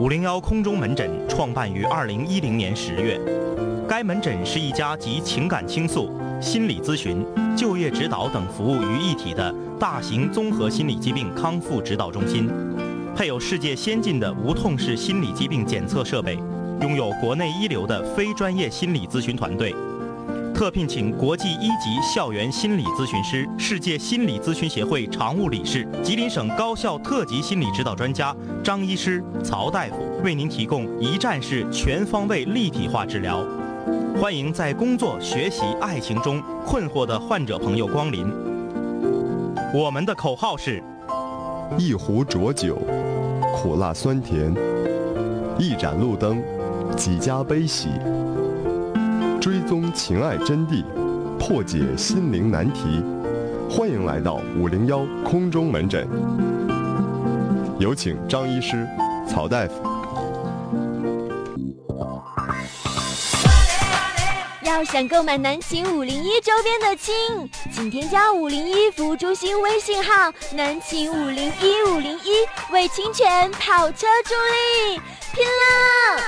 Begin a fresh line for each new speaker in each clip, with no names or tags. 五零幺空中门诊创办于二零一零年十月，该门诊是一家集情感倾诉、心理咨询、就业指导等服务于一体的大型综合心理疾病康复指导中心，配有世界先进的无痛式心理疾病检测设备，拥有国内一流的非专业心理咨询团队。特聘请国际一级校园心理咨询师、世界心理咨询协会常务理事、吉林省高校特级心理指导专家张医师、曹大夫，为您提供一站式、全方位、立体化治疗。欢迎在工作、学习、爱情中困惑的患者朋友光临。我们的口号是：
一壶浊酒，苦辣酸甜；一盏路灯，几家悲喜。追踪情爱真谛，破解心灵难题。欢迎来到五零幺空中门诊，有请张医师、曹大夫。
要想购买南秦五零一周边的亲，请添加五零一服务中心微信号“南秦五零一五零一”，为侵权跑车助力，拼了！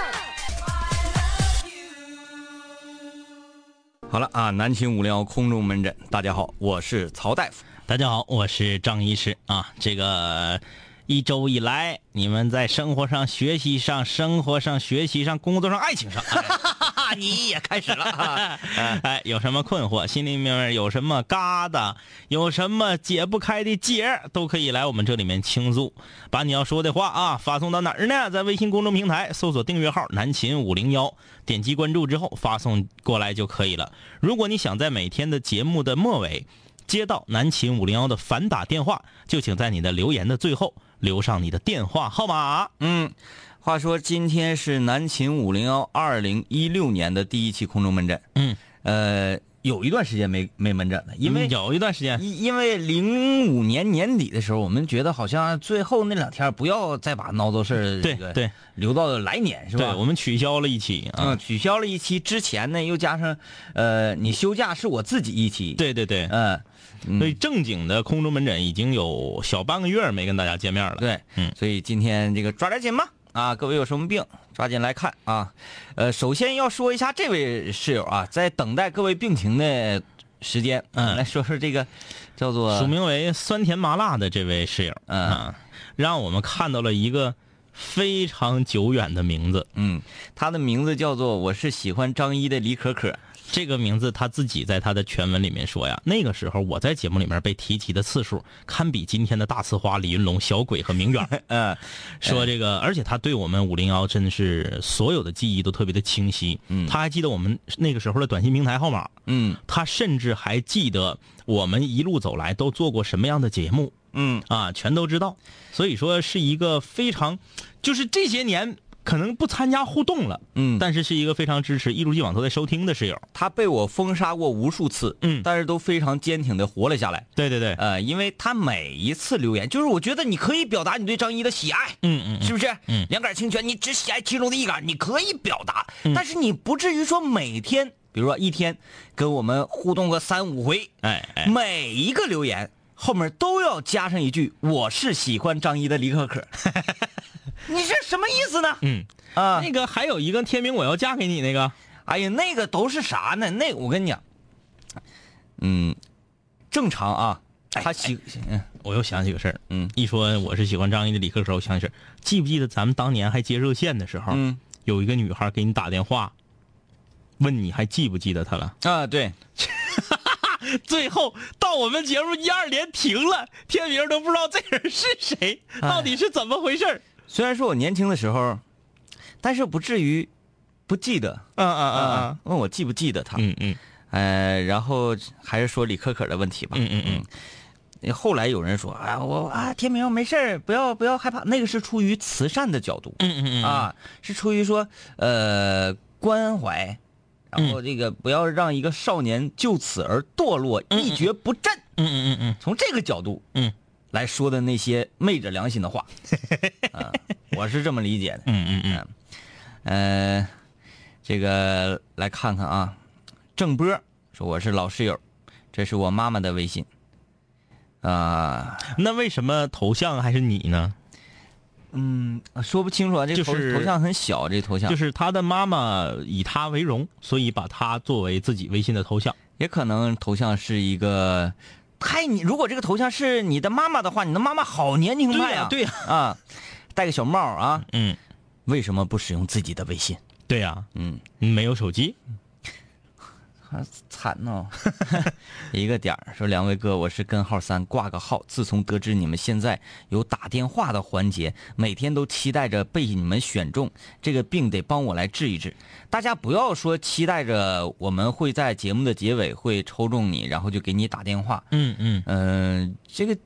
好了啊，南秦五零幺空中门诊，大家好，我是曹大夫。
大家好，我是张医师啊。这个一周以来，你们在生活上、学习上、生活上、学习上、工作上、爱情上，
啊， 你也开始了啊！
哎， 哎有什么困惑，心里面有什么疙瘩，有什么解不开的结儿，都可以来我们这里面倾诉，把你要说的话啊发送到哪儿呢？在微信公众平台搜索订阅号“南秦五零幺”，点击关注之后发送过来就可以了。如果你想在每天的节目的末尾。接到南秦五零幺的反打电话，就请在你的留言的最后留上你的电话号码。
嗯，话说今天是南秦五零幺二零一六年的第一期空中门诊。
嗯，
呃，有一段时间没没门诊了，因为、
嗯有一段时间，
因因为零五年年底的时候，我们觉得好像最后那两天不要再把闹叨事儿
对
这个
对
留到来年是
对
吧？
我们取消了一期啊。
嗯取消了一期，之前呢又加上呃你休假是我自己一期，，
对对对，
嗯、
所以正经的空中门诊已经有小半个月没跟大家见面了。
对，
嗯
所以今天这个抓点紧吧，啊，各位有什么病抓紧来看啊。呃，首先要说一下这位室友啊，在等待各位病情的时间，
嗯
我们来说说这个叫做
署名为酸甜麻辣的这位室友，
嗯
啊，让我们看到了一个非常久远的名字。
嗯，他的名字叫做我是喜欢张一的李可可，
这个名字他自己在他的全文里面说呀，那个时候我在节目里面被提及的次数，堪比今天的大呲花、李云龙、小鬼和明远。
嗯
说这个，而且他对我们五零幺真是所有的记忆都特别的清晰。
嗯
他还记得我们那个时候的短信平台号码，
嗯
他甚至还记得我们一路走来都做过什么样的节目
嗯，
啊，全都知道。所以说是一个非常，就是这些年可能不参加互动了，
嗯
但是是一个非常支持一如既往都在收听的室友。
他被我封杀过无数次，
嗯
但是都非常坚挺的活了下来。
对对 对，
呃，因为他每一次留言，就是我觉得你可以表达你对张一的喜爱，
嗯嗯嗯
是不是？
嗯
两杆清泉，你只喜爱其中的一杆，你可以表达，但是你不至于说每天，比如说一天跟我们互动个三五回，
哎哎，
每一个留言后面都要加上一句“我是喜欢张一的李可可”， 你这什么意思呢？
嗯
啊，
那个还有一个天明我要嫁给你那个，
哎呀，那个都是啥呢？那我跟你讲，嗯，正常啊，他喜，嗯
我又想起个事儿，
嗯，
一说我是喜欢张译的理科时候，我想起事儿记不记得咱们当年还接热线的时候，
嗯
有一个女孩给你打电话，问你还记不记得她了？
啊，对，
最后到我们节目一二连停了，天明都不知道这人是谁，到底是怎么回事儿？
虽然说我年轻的时候，但是不至于不记得
嗯嗯
啊。问我记不记得他，
嗯嗯
呃，然后还是说李可可的问题吧。
嗯嗯嗯
嗯。后来有人说啊，我啊，天明没事儿不要不要害怕。那个是出于慈善的角度，
嗯嗯嗯
啊，是出于说呃关怀，然后这个不要让一个少年就此而堕落、一蹶不振，
嗯嗯嗯嗯，
从这个角度
嗯
来说的那些昧着良心的话， 啊，我是这么理解的。
嗯嗯嗯，
呃，这个来看看啊，郑波说我是老室友，这是我妈妈的微信。啊、
那为什么头像还是你呢？
嗯，说不清楚啊，这个头、
就是
头像很小，这头像
就是他的妈妈以他为荣，所以把他作为自己微信的头像。
也可能头像是一个。嗨，你如果这个头像是你的妈妈的话，你的妈妈好年轻派啊！
对呀
啊戴个小帽啊，
嗯，
为什么不使用自己的微信？
对呀、
嗯，
没有手机，
还啊惨呢、 一个点儿说两位哥，我是根号三挂个号。自从得知你们现在有打电话的环节，每天都期待着被你们选中，这个病得帮我来治一治。大家不要说期待着我们会在节目的结尾会抽中你，然后就给你打电话。
嗯嗯
嗯、这个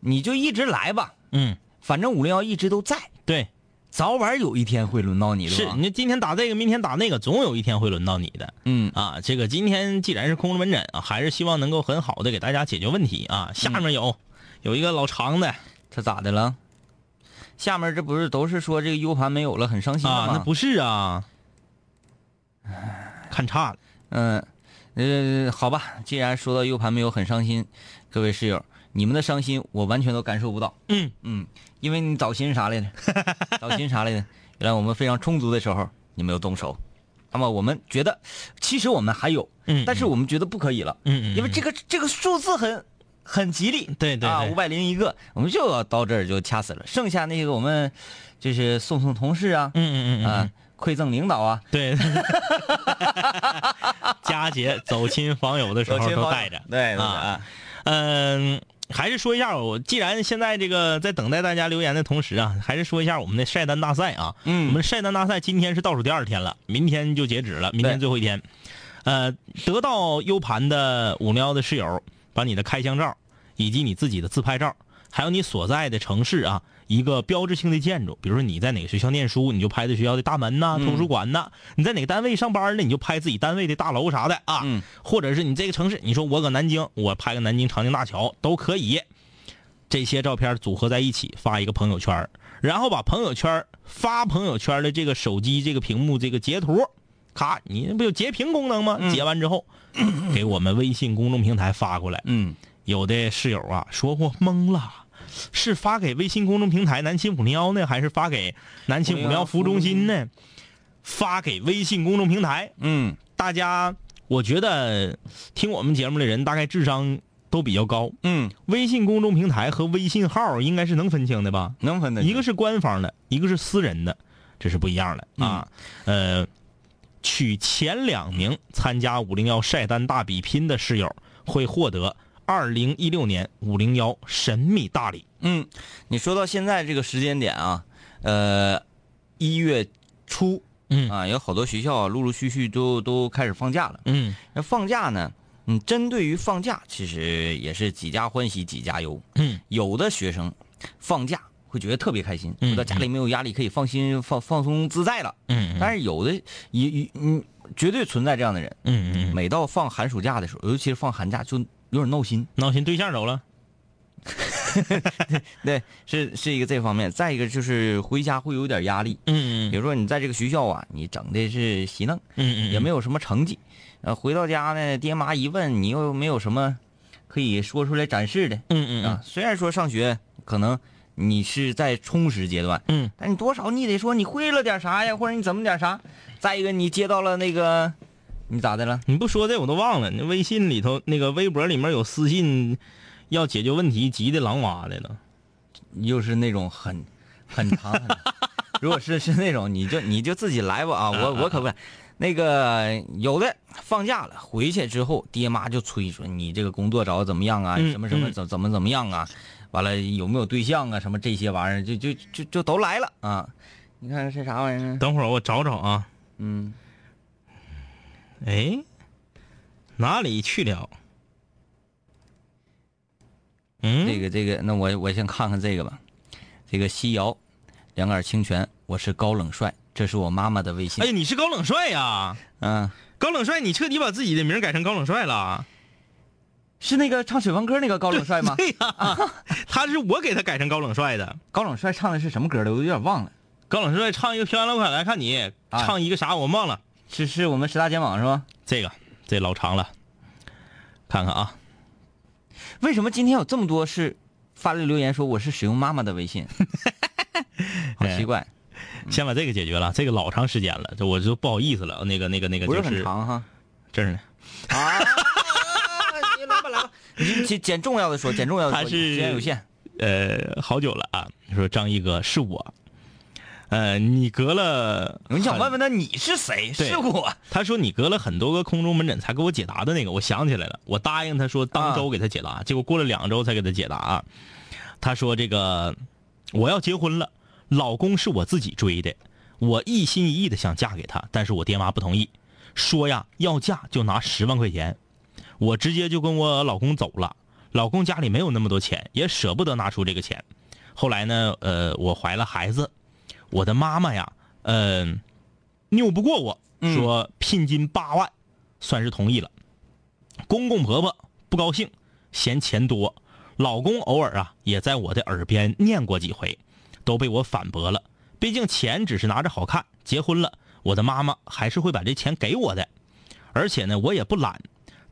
你就一直来吧，
嗯，
反正五零幺一直都在，
对，
早晚有一天会轮到你的
是嗯
吧。
你啊今天打这个，明天打那个，总有一天会轮到你的
嗯，
啊。这个今天既然是空中门诊啊，还是希望能够很好的给大家解决问题啊。下面有、有一个老长的
这咋的了？下面这不是都是说这个 U 盘没有了，很伤心的吗？
啊，那不是啊，看差了，
嗯，呃，好吧，既然说到 U 盘没有很伤心，各位室友，你们的伤心我完全都感受不到。
嗯
嗯，因为你早心 啥来的？早心啥来的？原来我们非常充足的时候，你没有动手。那么我们觉得，其实我们还有，
嗯
但是我们觉得不可以了，
嗯嗯嗯
因为这个这个数字很很吉利，
对对
啊，
对
五百零一个，我们就要到这儿就掐死了，剩下那个我们就是送送同事啊，
嗯嗯嗯嗯，
啊，馈赠领导啊，
对。 佳节走亲访友的时候都带着，
对
啊，，嗯，还是说一下，我既然现在这个在等待大家留言的同时啊，还是说一下我们的晒单大赛啊。
嗯
我们晒单大赛今天是倒数第二天了，明天就截止了，明天最后一天。呃，得到 U 盘的五零幺的室友，把你的开箱照以及你自己的自拍照，还有你所在的城市啊，一个标志性的建筑，比如说你在哪个学校念书，你就拍的学校的大门呐、
嗯
图书馆呐；你在哪个单位上班呢，你就拍自己单位的大楼啥的啊。
嗯
或者是你这个城市，你说我搁南京，我拍个南京长江大桥都可以。这些照片组合在一起发一个朋友圈儿，然后把朋友圈儿发朋友圈儿的这个手机这个屏幕这个截图，咔，你那不有截屏功能吗？截完之后，给我们微信公众平台发过来。
嗯，
有的室友啊说我懵了，是发给微信公众平台南秦五零幺呢，还是发给南秦五零幺服务中心呢？发给微信公众平台，
嗯，
大家我觉得听我们节目的人大概智商都比较高。
嗯，
微信公众平台和微信号应该是能分清的吧？
能分得
一个是官方的，一个是私人的，这是不一样的啊。呃，取前两名参加五零幺晒单大比拼的室友会获得二零一六年五零幺神秘大礼。
嗯，你说到现在这个时间点啊，呃，一月初，
嗯
啊，有好多学校陆陆续续都都开始放假了。
嗯
那放假呢，嗯，针对于放假，其实也是几家欢喜几家忧。
嗯，
有的学生放假会觉得特别开心，
嗯
觉得家里没有压力，可以放心放放松自在了。
嗯
但是有的也也嗯，绝对存在这样的人，
嗯嗯，
每到放寒暑假的时候，尤其是放寒假，就有点闹心。
闹心对象走了。
对，是是一个这方面，再一个就是回家会有点压力。
嗯
比如说你在这个学校啊，你整的是稀弄，
嗯
也没有什么成绩，呃，回到家呢，爹妈一问，你又没有什么可以说出来展示的
嗯嗯
啊。虽然说上学可能你是在充实阶段，
嗯，
但你多少你得说你会了点啥呀，或者你怎么点啥。再一个，你接到了那个，你咋的了？
你不说这我都忘了。那微信里头那个微博里面有私信，要解决问题急的狼哇的了。
又是那种很 很长很长。如果是是那种，你就你就自己来吧啊，我我可不敢。那个有的放假了，回去之后，爹妈就催说你这个工作找得怎么样啊，
嗯
什么什么怎怎么怎么样啊，完了有没有对象啊，什么这些玩意儿，就就就就都来了啊。你看看是啥玩意儿呢？
等会儿我找找啊。
嗯，
哎，哪里去了？嗯，
这个这个，那我我先看看这个吧。这个西瑶，两杆清泉，我是高冷帅，这是我妈妈的微信。
哎呀，你是高冷帅呀、
嗯，
高冷帅，你彻底把自己的名儿改成高冷帅了。
是那个唱水房歌那个高冷帅吗？
对呀、他是我给他改成高冷帅的。
高冷帅唱的是什么歌的？我有点忘了，
高冷帅唱一个《漂洋老款来看你》，
哎
唱一个啥我忘了。
是是我们十大肩膀是吧？
这个这老长了，看看啊，
为什么今天有这么多是发来留言说我是使用妈妈的微信？好奇
哎
怪，嗯
先把这个解决了，这个老长时间了，这我就不好意思了。那个那个那个，
不
就是
很长哈。
这儿呢，
啊，你来吧来吧，你捡捡重要的说，捡重要的说，
他是
时间有限。
呃，好久了啊。你说张一哥是我，呃，你隔了，
你想问问他你是谁？
对
是我。
他说你隔了很多个空中门诊才给我解答的那个，我想起来了，我答应他说当周给他解答，结果过了两周才给他解答啊。他说这个我要结婚了，老公是我自己追的，我一心一意的想嫁给他，但是我爹妈不同意，说呀要嫁就拿十万块钱，我直接就跟我老公走了，老公家里没有那么多钱，也舍不得拿出这个钱。后来呢，呃，我怀了孩子，我的妈妈呀，嗯、拗不过我，说聘金八万，算是同意了。公公婆婆不高兴，嫌钱多。老公偶尔啊也在我的耳边念过几回，都被我反驳了。毕竟钱只是拿着好看，结婚了，我的妈妈还是会把这钱给我的。而且呢，我也不懒，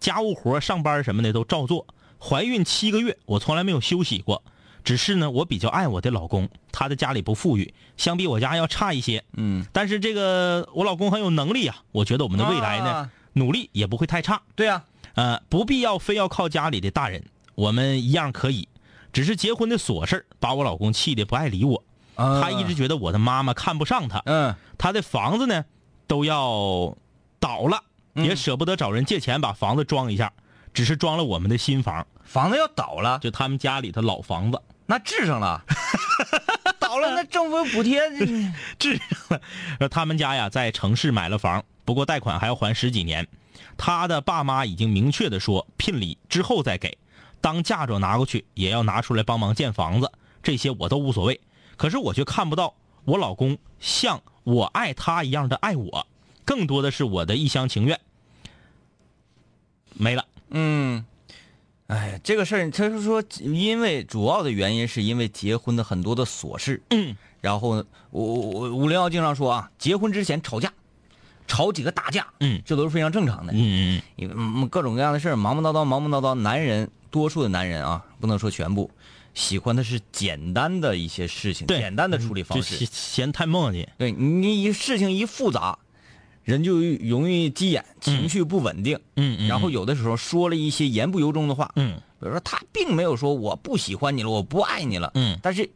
家务活、上班什么的都照做。怀孕七个月，我从来没有休息过。只是呢，我比较爱我的老公，他的家里不富裕，相比我家要差一些。
嗯，
但是这个我老公很有能力啊，我觉得我们的未来呢，
啊
努力也不会太差。
对呀，
呃，不必要非要靠家里的大人，我们一样可以。只是结婚的琐事儿把我老公气的不爱理我，他
他
一直觉得我的妈妈看不上他，
嗯
他的房子呢都要倒了，也舍不得找人借钱把房子装一下，只是装了我们的新房，
房子要倒了，
就他们家里的老房子。
那治上了， 倒了那政府补贴，嗯
呃，他们家呀在城市买了房，不过贷款还要还十几年。他的爸妈已经明确的说，聘礼之后再给，当嫁妆拿过去也要拿出来帮忙建房子，这些我都无所谓。可是我却看不到我老公像我爱他一样的爱我，更多的是我的一厢情愿。没了，
嗯，哎呀，这个事儿，他是说，因为主要的原因是因为结婚的很多的琐事，嗯，然后呢我我我五零幺经常说啊，结婚之前吵架，吵几个大架，
嗯
这都是非常正常的，
嗯
因为嗯各种各样的事儿，忙忙叨叨，忙忙叨叨，男人多数的男人啊，不能说全部，喜欢的是简单的一些事情，
对
简单的处理
就
方式
嫌，嫌太磨叽，
对你一事情一复杂，人就容易急眼，情绪不稳定。
嗯嗯
然后有的时候说了一些言不由衷的话，
嗯
比如说他并没有说我不喜欢你了，我不爱你了，
嗯
但是，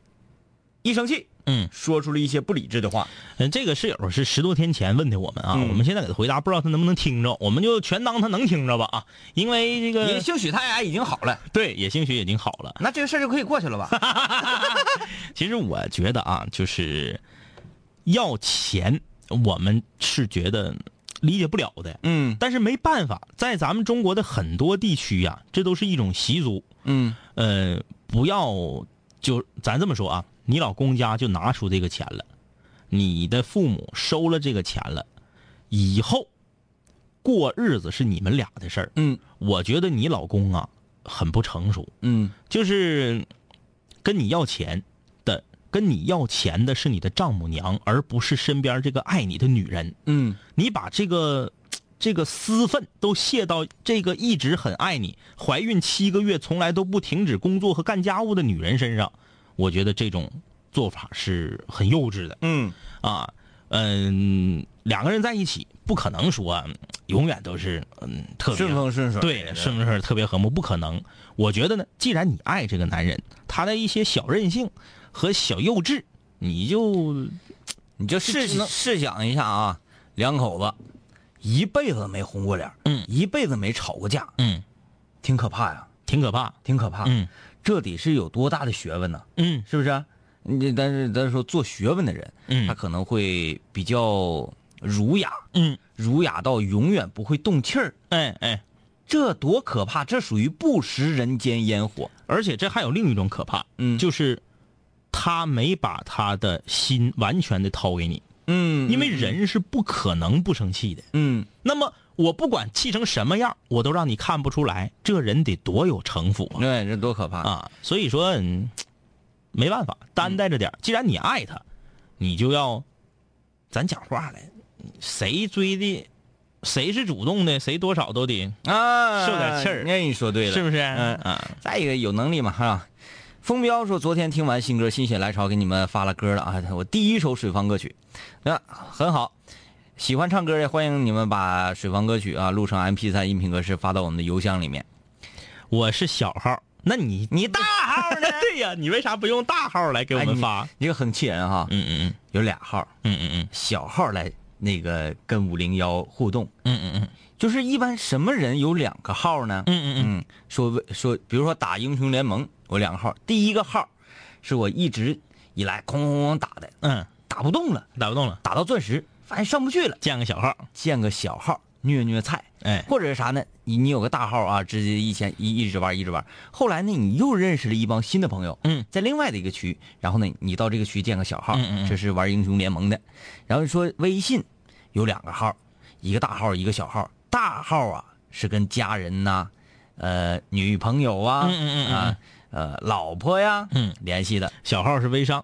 一生气
嗯
说出了一些不理智的话，
嗯，这个室友是十多天前问的我们啊，
嗯
我们现在给他回答，不知道他能不能听着，我们就全当他能听着吧啊，因为这
也
个
兴许他俩已经好了，
对也兴许已经好了。
那这个事儿就可以过去了 吧？
其实我觉得啊，就是要钱，我们是觉得理解不了的，
嗯
但是没办法，在咱们中国的很多地区呀、这都是一种习俗。
嗯
呃，不要就咱这么说啊，你老公家就拿出这个钱了，你的父母收了这个钱了，以后过日子是你们俩的事儿。
嗯
我觉得你老公啊很不成熟，
嗯
就是跟你要钱的，跟你要钱的是你的丈母娘，而不是身边这个爱你的女人。
嗯
你把这个这个私愤都泄到这个一直很爱你、怀孕七个月从来都不停止工作和干家务的女人身上，我觉得这种做法是很幼稚的
嗯，
啊。嗯，两个人在一起不可能说嗯永远都是嗯特别
顺风顺水，
对，顺风顺水特别和睦，不可能。我觉得呢，既然你爱这个男人，他的一些小任性和小幼稚，你就
你
这
就试
只能
试想一下啊，两口子一辈子没红过脸，
嗯，
一辈子没吵过架，
嗯，
挺可怕呀，
挺可怕。
挺可怕，
嗯，
这得是有多大的学问呢？
嗯
是不是啊、你但是但是说做学问的人，
嗯
他可能会比较儒雅，
嗯，
儒雅到永远不会动气儿，
哎哎，
这多可怕！这属于不食人间烟火。
而且这还有另一种可怕，
嗯
就是他没把他的心完全的掏给你，
嗯
因为人是不可能不生气的。
嗯
那么我不管气成什么样，我都让你看不出来，这人得多有城府啊！
对，哎这多可怕！
啊，所以说、嗯、没办法，担待着点儿。既然你爱他，你就要，咱讲话来，谁追的，谁是主动的，谁多少都得，
啊
受点气儿
那你说对了，
是不是？
嗯
啊，
再一个有能力嘛，是吧？风彪说，昨天听完新歌，心血来潮给你们发了歌了啊！我第一首水房歌曲，那、很好。喜欢唱歌的，欢迎你们把水房歌曲啊录成 MP 3音频格式发到我们的邮箱里面。
我是小号，那你
你大号呢？
对呀，你为啥不用大号来给我
哎
们
你
发？
你这个很气人哈。
嗯嗯
有俩号，
嗯嗯嗯
小号来那个跟五零幺互动，
嗯嗯嗯
就是一般什么人有两个号呢？
嗯嗯嗯，
嗯，说为说，比如说打英雄联盟，我两个号，第一个号是我一直以来哐哐哐打的，
嗯，
打不动了，
打不动了，
打到钻石，发现上不去了，
建个小号，
建个小号虐虐菜，
哎，
或者是啥呢？你你有个大号啊，直接一前一一直玩一直玩，后来呢，你又认识了一帮新的朋友，
嗯，
在另外的一个区，然后呢，你到这个区建个小号，
嗯嗯嗯
这是玩英雄联盟的，然后说微信有两个号，一个大号一个小号，大号啊是跟家人呐、呃女朋友啊，
嗯嗯嗯嗯
啊呃老婆呀，
嗯，
联系的，
小号是微商，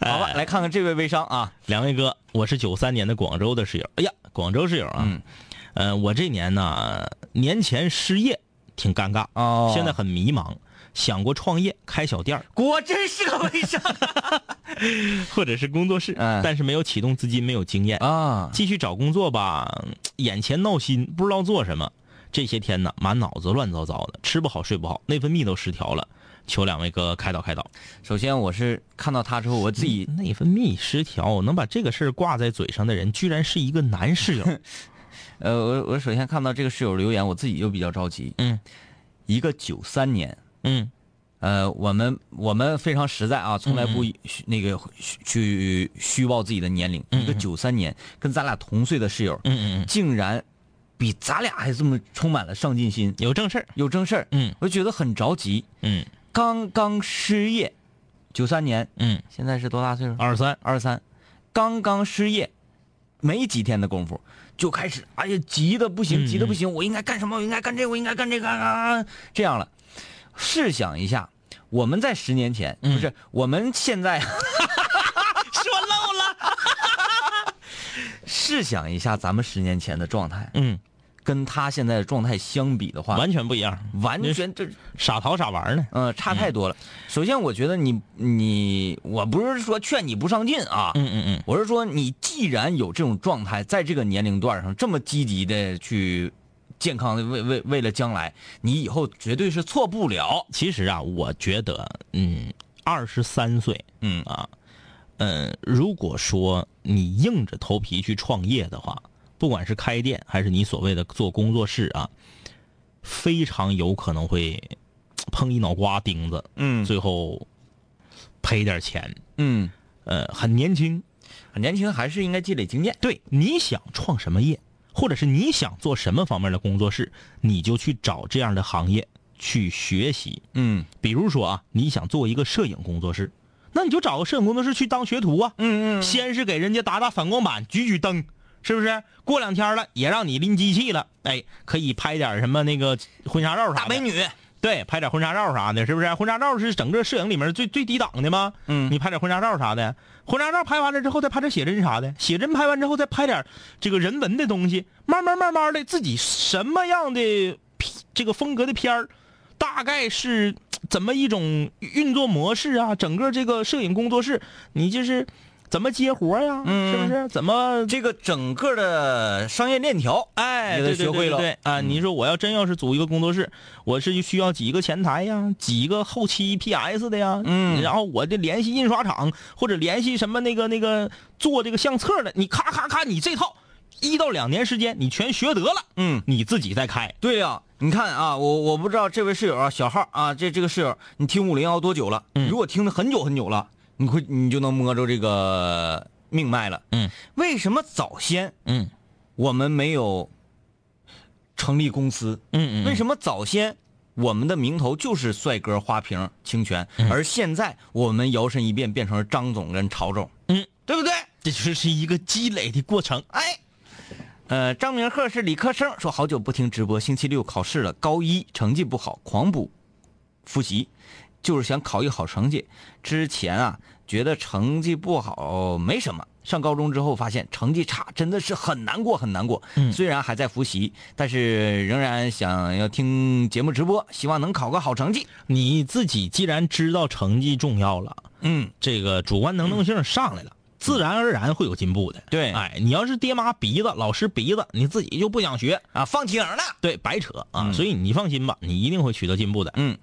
哎
好吧，来看看这位微商啊，
两位哥，我是九三年的广州的室友。哎呀，广州室友啊，
嗯
呃，我这年呢年前失业，挺尴尬，
哦
现在很迷茫，想过创业开小店儿
果真是个微商
或者是工作室，
嗯
哎但是没有启动资金，没有经验。
啊，
继续找工作吧，眼前闹心，不知道做什么。这些天呢，满脑子乱糟糟的，吃不好睡不好，内分泌都失调了。求两位哥开导开导。
首先我是看到他之后，我自己
内分泌失调，能把这个事儿挂在嘴上的人，居然是一个男室友。
呃，我我首先看到这个室友留言，我自己就比较着急。
嗯，
一个九三年，
嗯，
呃，我们我们非常实在啊，从来不
嗯
虚那个虚去虚报自己的年龄。一个
嗯嗯
九三年跟咱俩同岁的室友，
嗯嗯嗯，
竟然比咱俩还这么充满了上进心，
有正事儿。
有正事儿，
嗯
我就觉得很着急。
嗯
刚刚失业，九三年，
嗯，
现在是多大岁数？
二十三，
二三，刚刚失业，没几天的功夫就开始，哎呀，急的不行，
嗯
急的不行，我应该干什么？我应该干这个，我应该干这个啊，这样了。试想一下，我们在十年前，
嗯
不是我们现在，
说漏了。
试想一下咱们十年前的状态，
嗯，
跟他现在的状态相比的话，
完全不一样，
完全这
傻淘傻玩呢。
嗯、差太多了。首先，我觉得你你，我不是说劝你不上进啊，
嗯嗯嗯，
我是说，你既然有这种状态，在这个年龄段上这么积极的去健康的为为为了将来，你以后绝对是错不了。
其实啊，我觉得，嗯，二十三岁，
嗯
啊，嗯，如果说你硬着头皮去创业的话，不管是开店还是你所谓的做工作室啊，非常有可能会碰一脑瓜钉子，
嗯
最后赔点钱。
嗯，
呃，很年轻，
年轻还是应该积累经验。
对，你想创什么业，或者是你想做什么方面的工作室，你就去找这样的行业去学习。
嗯
比如说啊，你想做一个摄影工作室，那你就找个摄影工作室去当学徒啊。
嗯
先是给人家打打反光板、举举灯，是不是？过两天了，也让你拎机器了，哎，可以拍点什么那个婚纱照啥的。
大美女，
对，拍点婚纱照啥的，是不是？婚纱照是整个摄影里面最最低档的吗？
嗯
你拍点婚纱照啥的，婚纱照拍完了之后，再拍点写真啥的，写真拍完之后再拍点这个人文的东西，慢慢慢慢的，自己什么样的片这个风格的片儿，大概是怎么一种运作模式啊？整个这个摄影工作室，你就是怎么接活呀、
嗯
是不是？怎么
这个整个的商业链条，
哎，
你得
对对
学会
对
了
对啊！你说我要真要是组一个工作室，我是需要几个前台呀，几个后期 PS 的呀，
嗯
然后我得联系印刷厂或者联系什么那个那个做这个相册的，你咔咔咔，你这套一到两年时间你全学得了，
嗯，
你自己再开，
对呀、你看啊，我我不知道这位室友啊，小号啊，这这个室友，你听五零幺多久了？
嗯
如果听了很久很久了，你会你就能摸着这个命脉了。
嗯，
为什么早先
嗯
我们没有成立公司？
嗯
为什么早先我们的名头就是帅哥、花瓶、清泉，
嗯
而现在我们摇身一变变成了张总跟曹总？
嗯，
对不对？
这就是一个积累的过程，
哎，呃，张明鹤是理科生，说好久不听直播，星期六考试了，高一成绩不好，狂补复习，就是想考一好成绩。之前啊，觉得成绩不好没什么，上高中之后发现成绩差真的是很难过，很难过。
嗯
虽然还在复习，但是仍然想要听节目直播，希望能考个好成绩。
你自己既然知道成绩重要了，
嗯，
这个主观能动性上来了，自然而然会有进步的。
对
哎，你要是爹妈鼻子、老师鼻子，你自己就不想学，
啊，放挺了。
对，白扯啊。
嗯
所以你放心吧，你一定会取得进步的。
嗯，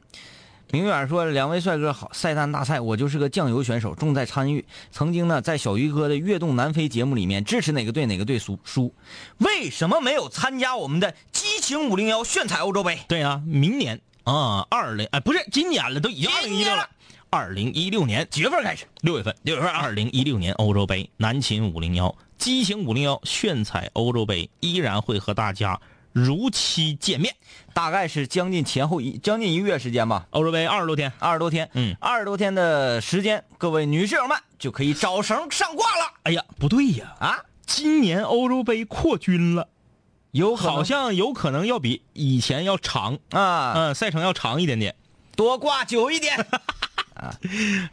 明远说：“两位帅哥好，赛单大赛我就是个酱油选手，重在参与。曾经呢，在小鱼哥的《跃动南非》节目里面，支持哪个队哪个队输输。为什么没有参加我们的激情五零幺炫彩欧洲杯？
对啊，明年啊，二零哎不是今年了，都已经二零一
今年
六了
了。
二零一六年几月份开始？六月份，六月份。啊二零一六年欧洲杯南秦五零幺、激情五零幺炫彩欧洲杯依然会和大家如期见面。
大概是将近前后一将近一个月时间吧，
欧洲杯二十多天，
二十多天。
嗯
二十多天的时间，各位女室友们就可以找绳上挂了
哎呀，不对呀，
啊！
今年欧洲杯扩军了，
有可能
好像有可能要比以前要长，
啊，
嗯、赛程要长一点点。
多挂久一点。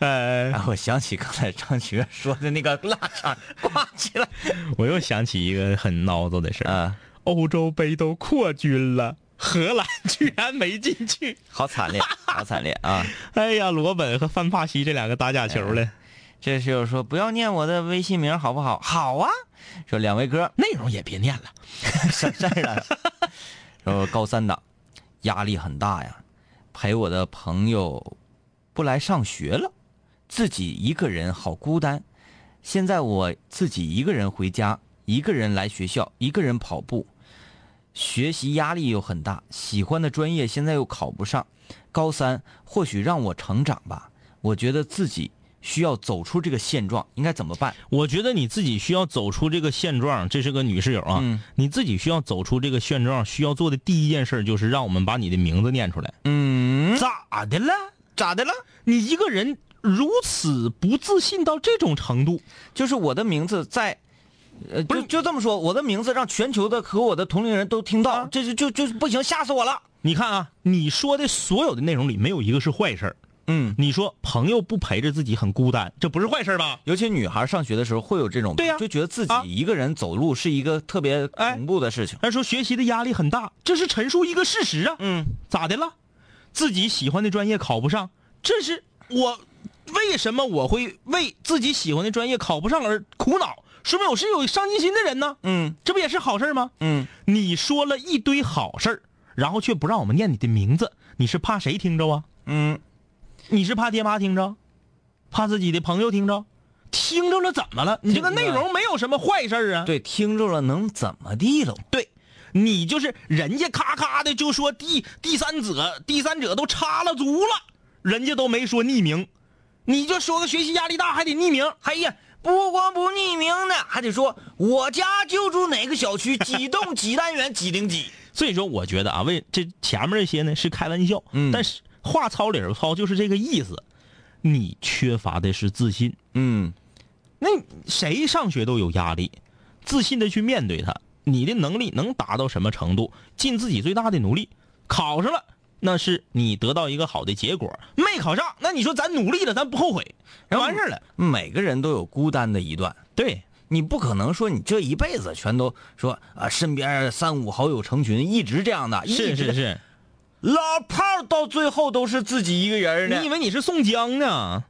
呃，
啊，我想起刚才张学说的那个腊肠挂起来
我又想起一个很孬子的事儿
啊，
欧洲杯都扩军了，荷兰居然没进 去。
好惨烈，好惨烈啊！
哎呀，罗本和范帕西这两个打假球
哎
了，
这室友说不要念我的微信名好不好？好啊，说两位哥
内容也别念了。
省 事儿了。说高三党压力很大呀，陪我的朋友不来上学了，自己一个人好孤单。现在我自己一个人回家，一个人来学校，一个人跑步，学习压力又很大，喜欢的专业现在又考不上，高三或许让我成长吧。我觉得自己需要走出这个现状，应该怎么办？
我觉得你自己需要走出这个现状，这是个女室友啊，
嗯
你自己需要走出这个现状，需要做的第一件事就是让我们把你的名字念出来。
嗯，
咋的了？咋的了？你一个人如此不自信到这种程度，
就是我的名字在，呃，
不是
就就这么说，我的名字让全球的和我的同龄人都听到，
啊
这就就就是不行，吓死我了。
你看啊，你说的所有的内容里没有一个是坏事儿。
嗯，
你说朋友不陪着自己很孤单，这不是坏事儿吧？
尤其女孩上学的时候会有这种，
对呀
就觉得自己
啊
一个人走路是一个特别恐怖的事情。
他说学习的压力很大，这是陈述一个事实啊。
嗯，
咋的了？自己喜欢的专业考不上，这是我为什么我会为自己喜欢的专业考不上而苦恼？说明我是有上进心的人呢。
嗯
这不也是好事儿吗？
嗯，
你说了一堆好事儿，然后却不让我们念你的名字，你是怕谁听着啊？
嗯，
你是怕爹妈听着，怕自己的朋友听着？听着了怎么了？你这个
听着
内容没有什么坏事儿啊。
对，听着了能怎么地喽？
对，你就是人家咔咔的就说第第三者第三者都插了足了，人家都没说匿名，你就说个学习压力大还得匿名，
哎呀，不光不匿名呢，还得说我家就住哪个小区，几栋几单元几零几。
所以说我觉得啊，为这前面这些呢是开玩笑，
嗯
但是话糙理儿不糙就是这个意思，你缺乏的是自信，
嗯，
那谁上学都有压力，自信的去面对它，你的能力能达到什么程度，尽自己最大的努力，考上了。那是你得到一个好的结果，没考上，那你说咱努力了，咱不后悔，
然后
完事儿了。
嗯每个人都有孤单的一段。
对，
你不可能说你这一辈子全都说啊，身边三五好友成群，一嗯直这样的，
是
一直
是是，
老炮儿到最后都是自己一个人
你以
呢。
为你是宋江呢？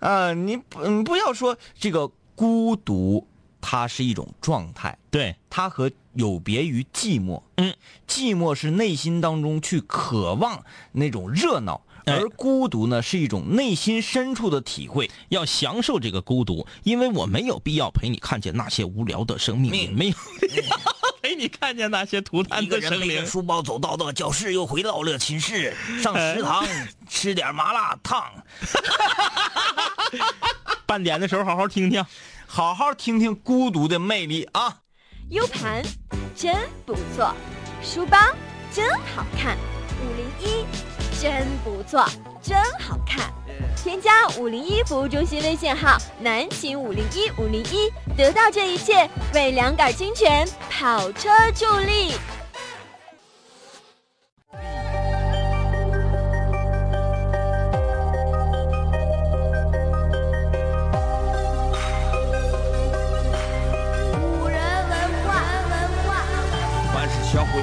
啊，你不你不要说这个孤独，它是一种状态，
对，
它和有别于寂寞。
嗯，
寂寞是内心当中去渴望那种热闹，
哎
而孤独呢是一种内心深处的体会。
要享受这个孤独，因为我没有必要陪你看见那些无聊的生命，也没有必要 陪你看见那些涂炭
嗯一
的
个人
生
背
灵
着。书包走到了教室，又回到了寝 室，上食堂吃点麻辣烫。
半点的时候好好听听。
好好听听孤独的魅力啊！
，U 盘真不错，书包真好看，五零一真不错，真好看。添加五零一服务中心微信号南秦五零一五零一，得到这一切，为两杆清泉跑车助力。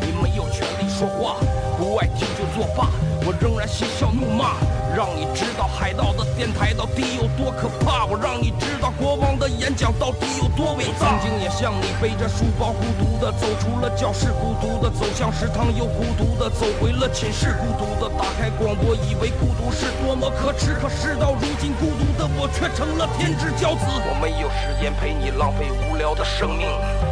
你没有权利说话，不爱听就作罢。我仍然嬉笑怒骂，让你知道海盗的电台到底有多可怕。我让你知道国王的演讲到底有多伟大。曾经也像你背着书包孤独的走出了教室，孤独的走向食堂，又孤独的走回了寝室，孤独的打开广播，以为孤独是多么可耻。可事到如今，孤独的我却成了天之骄子。我没有时间陪你浪费无聊的生命，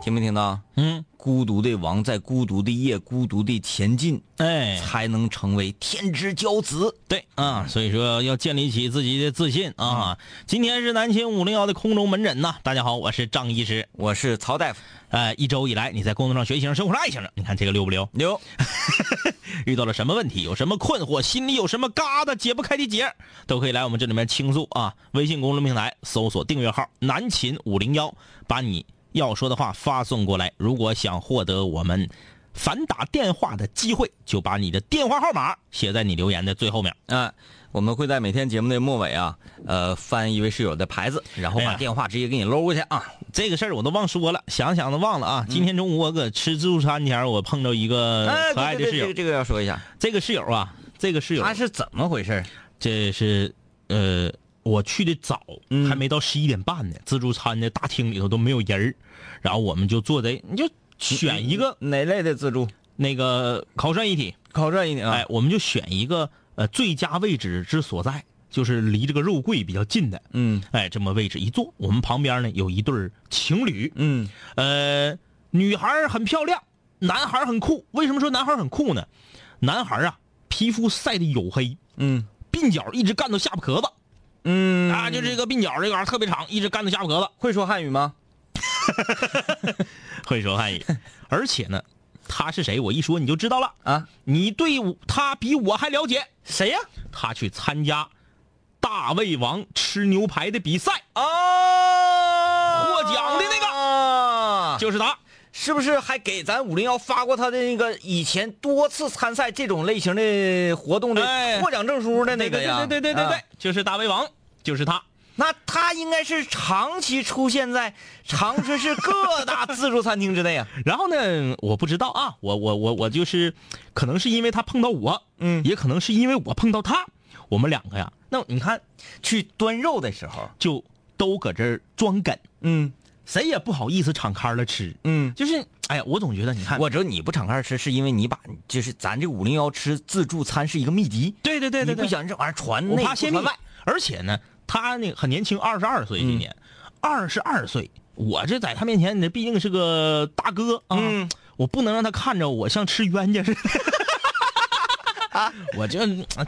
听没听到？
嗯，
孤独的王在孤独的夜，孤独的前进，
哎，
才能成为天之骄子。
对啊，所以说要建立起自己的自信啊。今天是南秦五零幺的空中门诊呐，大家好，我是张医师。
我是曹大夫，
呃，一周以来你在工作上、学习上、生活上、爱情上，你看这个溜不 溜？
牛，
遇到了什么问题，有什么困惑，心里有什么疙瘩解不开的结，都可以来我们这里面倾诉啊。微信公众平台搜索订阅号“南秦五零幺”，把你要说的话发送过来。如果想获得我们反打电话的机会，就把你的电话号码写在你留言的最后面。
啊、我们会在每天节目的末尾啊，呃，翻一位室友的牌子，然后
哎
把
呀
电话直接给你搂过去啊。
这个事儿我都忘说了，想想都忘了啊。今天中午我搁吃自助餐前儿，我碰着一个
嗯哎，
可爱的
对对
室友
对这个。这个要说一下，
这个室友啊，这个室友
他是怎么回事？
这是呃，我去的早，
嗯
还没到十一点半呢。自助餐的大厅里头都没有人儿然后我们就坐在，你就选一个
嗯哪类的自助？
那个烤涮一体，
考证一点啊。
哎，我们就选一个呃最佳位置之所在，就是离这个肉桂比较近的，
嗯
哎，这么位置一坐，我们旁边呢有一对儿情侣，
嗯，
呃，女孩儿很漂亮，男孩儿很酷。为什么说男孩儿很酷呢？男孩儿啊，皮肤晒得黝黑，
嗯
鬓角一直干到下巴壳子。
嗯
啊，就这个鬓角这玩意儿特别长，一直干到下巴壳子。
会说汉语吗？
会说汉 语，而且呢，他是谁，我一说你就知道了。
啊，
你对我他比我还了解。
谁呀、
他去参加大胃王吃牛排的比赛，
哦，
获奖的那个
个
就是他。
是不是还给咱五零幺发过他的那个以前多次参赛这种类型的活动
哎
的获奖证书的那个呀？
对对对对对对
啊，
就是大胃王，就是他。
那他应该是长期出现在长春市各大自助餐厅之内啊。
然后呢，我不知道啊，我我我我就是，可能是因为他碰到我，
嗯
也可能是因为我碰到他，我们两个呀，
那你看，去端肉的时候，
就都搁这儿装梗，
嗯
谁也不好意思敞开了吃。
嗯，
就是，哎呀，我总觉得你看，
我知道你不敞开吃，是因为你把就是咱这五零幺吃自助餐是一个秘籍，
对对对对
你
对，
不想这玩意儿传
我
内
怕
不
泄
传
密
外。。
而且呢，他那个很年轻，二十二岁今年，
嗯
二十二岁，我这在他面前，你这毕竟是个大哥啊，
嗯
我不能让他看着我像吃冤 家似的。啊我这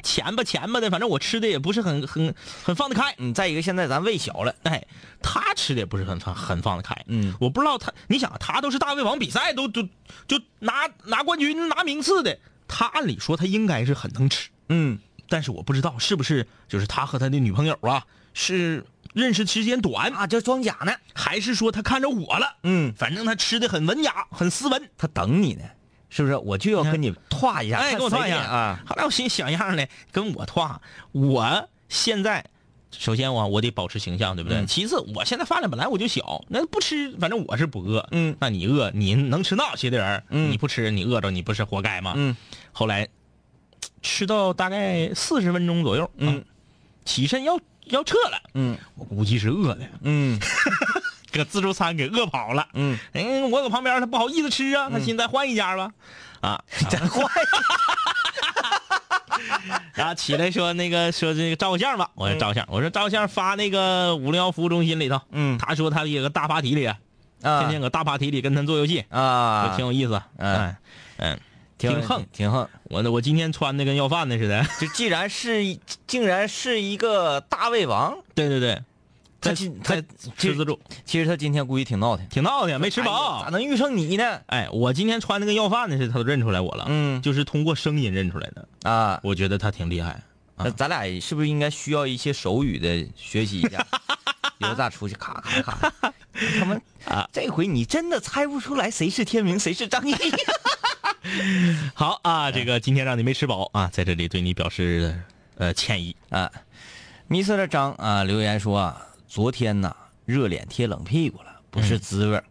钱吧钱吧的，反正我吃的也不是很很很放得开。
嗯，再一个现在咱胃小了，
哎，他吃的也不是很放很放得开。
嗯
我不知道他，你想他都是大胃王比赛都都就拿拿冠军拿名次的，他按理说他应该是很能吃。
嗯。
但是我不知道是不是就是他和他的女朋友啊是认识时间短
啊，这装甲呢？
还是说他看着我了？
嗯，
反正他吃的很文雅，很斯文。
他等你呢，是不是？我就要跟你歘一下，
哎，
看
跟我
谁
套一下
先啊！！
后来我寻想样呢，跟我套。我现在首先我我得保持形象，对不对？
嗯
其次，我现在饭量本来我就小，那不吃，反正我是不饿。
嗯
那你饿，你能吃那些的人儿，
嗯
你不吃，你饿着，你不是活该吗？
嗯
后来吃到大概四十分钟左右，
嗯
啊起身要要撤了，
嗯
我估计是饿的，
嗯
搁自助餐给饿跑了。
嗯，
嗯，我搁旁边，他不好嗯 意思吃啊，他寻思再换一家吧，啊，
咱换
然后起来说那个说这个照个相吧，我说照相，我说照相发那个五零幺服务中心里头，
嗯
他说他有个大 party 里，啊天天搁大 party 里跟他做游戏，
啊
就，挺有意思，
嗯
哎嗯，
挺
挺横，
挺横。
我那我今天穿的跟要饭的似 的，
就既然是一竟然是一个大胃王，
对对对，
他
在
今
在
他其
吃
实
自助，
其实他今天估计挺闹挺，
挺闹挺，没吃
哎呀
饱
咋。能遇上你呢？
哎，我今天穿的跟要饭的似的，他都认出来我了，
嗯
就是通过声音认出来的，
啊，
我觉得他挺厉害。
那咱俩是不是应该需要一些手语的学习一下？以后咱俩出去咔咔咔，他们啊，这回你真的猜不出来谁是天明，谁是张毅。
好啊，
哎
这个今天让你没吃饱啊，在这里对你表示呃歉意。
啊，迷色的张啊留言说啊，昨天呐热脸贴冷屁股了，不是滋味儿、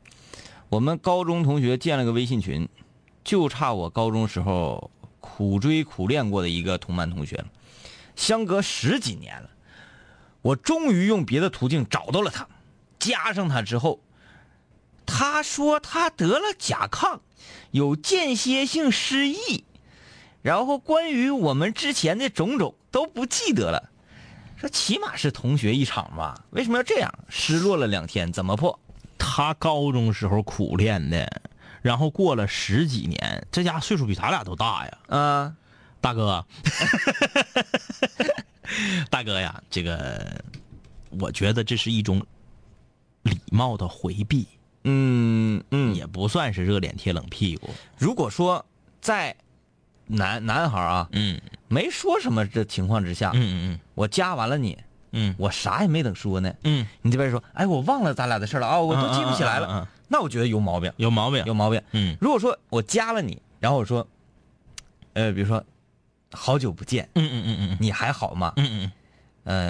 我们高中同学建了个微信群，就差我高中时候苦追苦练过的一个同班同学了，相隔十几年了，我终于用别的途径找到了他，加上他之后，他说他得了甲亢，有间歇性失忆。然后关于我们之前的种种都不记得了。说起码是同学一场吧，为什么要这样？失落了两天，怎么破？
他高中时候苦练的，然后过了十几年，这家伙岁数比咱俩都大呀，
啊、
大哥，大哥呀，这个我觉得这是一种礼貌的回避，
嗯嗯，
也不算是热脸贴冷屁股。
如果说在男男孩啊，
嗯
没说什么这情况之下，
嗯
我加完了你，
嗯嗯
我啥也没等说呢，
嗯，
你这边说，哎，我忘了咱俩的事儿了啊、我都记不起来了，
嗯嗯嗯嗯嗯
那我觉得有毛病，
有毛病
有。毛病。
嗯
如果说我加了你，然后我说，呃，比如说，好久不见，
嗯嗯嗯嗯
你还好吗？
嗯嗯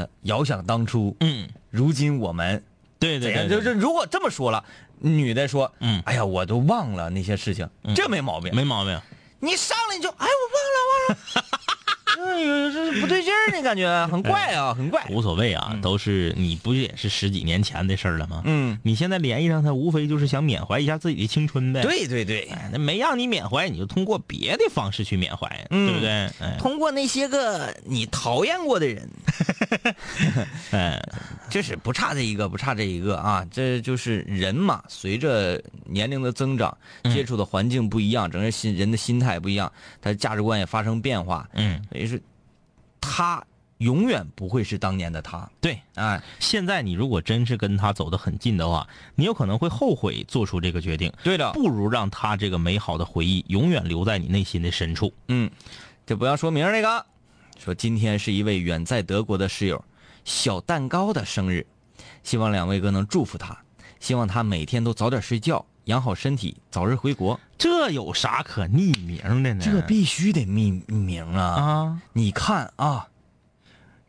呃，遥想当初，
嗯，
如今我们
对
怎
对
样？
对，
就
对
就如果这么说了，女的说，
嗯
哎呀，我都忘了那些事情，这没毛病。
没毛病。
你上来你就，哎，我忘了忘了，哎呦，这不对劲儿呢，感觉很怪啊，很怪。
无所谓啊，都是你不也是十几年前的事儿了吗？
嗯，
你现在联系上他，无非就是想缅怀一下自己的青春呗。，
对对对，
那没让你缅怀，你就通过别的方式去缅怀，
嗯
对不对？哎
通过那些个你讨厌过的人，
哎，
这是不差这一个，不差这一个啊！这就是人嘛，随着年龄的增长，接触的环境不一样，整个心人的心态不一样，他的价值观也发生变化。
嗯，
所以说，他永远不会是当年的他。
对。
哎，
现在你如果真是跟他走得很近的话，你有可能会后悔做出这个决定。
对的
不如让他这个美好的回忆永远留在你内心的深处。
嗯，这不要说名儿那个，说今天是一位远在德国的室友小蛋糕的生日，希望两位哥能祝福他，希望他每天都早点睡觉，养好身体，早日回国。
这有啥可匿名的呢？
这必须得匿名啊！
啊，
你看啊，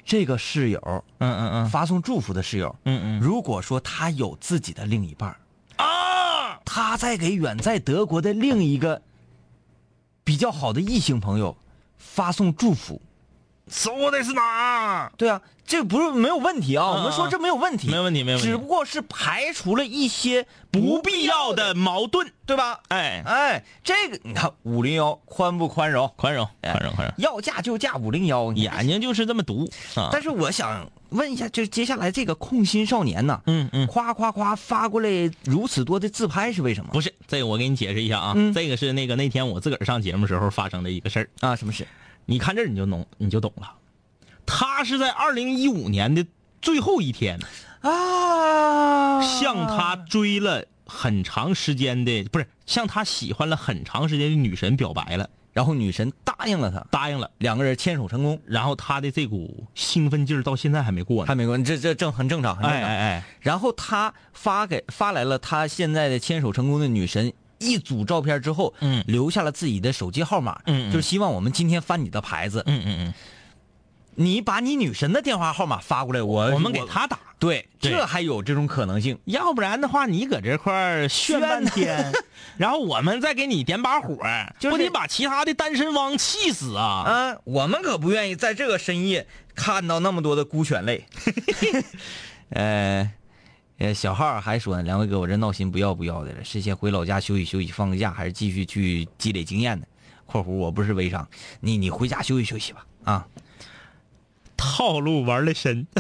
这个室友
嗯嗯嗯
发送祝福的室友，
嗯嗯，
如果说他有自己的另一半啊，他在给远在德国的另一个比较好的异性朋友发送祝福，
说的是哪？
对啊，这不是没有问题啊，
啊
我们说这没有问题，
没问题没问题
只不过是排除了一些
不
不
必
必
要
要
的
的，
矛盾。
对吧？
哎，
哎，这个你看五零幺宽不宽容？
宽容，
哎
宽容，宽容。
要价就价五零幺，你
眼睛就是这么毒啊！
但是我想问一下，就接下来这个控心少年呢，
嗯嗯
夸夸夸发过来如此多的自拍是为什么？
不是这个，我给你解释一下啊，
嗯
这个是那个那天我自个儿上节目时候发生的一个事儿。
啊，什么事？
你看这儿你就懂，你就懂了。他是在二零一五年的最后一天，
啊，
向他追了很长时间的，不是向他喜欢了很长时间的女神表白了，
然后女神答应了他，
答应了。
两个人牵手成功，
然后他的这股兴奋劲儿到现在还没过呢
还。没关，这这正很正常，很正
哎
常。
哎哎，
然后他发给发来了他现在的牵手成功的女神一组照片之后，
嗯
留下了自己的手机号码，
嗯嗯
就是希望我们今天翻你的牌子，
嗯嗯
你把你女神的电话号码发过来，哎我
嗯，我们给他打，
对，
对
这还有这种可能性。
要不然的话，你搁这块儿炫半天，然后我们再给你点把火儿，
就是
不得把其他的单身汪气死啊！
啊，我们可不愿意在这个深夜看到那么多的孤犬 类。呃，呃，小号儿还说呢，梁辉哥，我这闹心不要不要的了，是先回老家休息休息，放个假，还是继续去积累经验呢？ （括弧我不是微商），你你回家休息休息吧啊。
套路玩的深，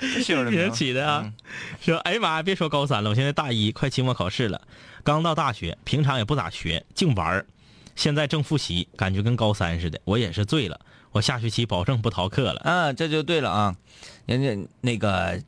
是
这名起的
嗯
啊。说，哎呀妈呀，别说高三了，我现在大一，快期末考试了，刚到大学，平常也不咋学，净玩儿。现在正复习，感觉跟高三似的，我也是醉了。我下学期保证不逃课了。
啊，这就对了啊。人家那个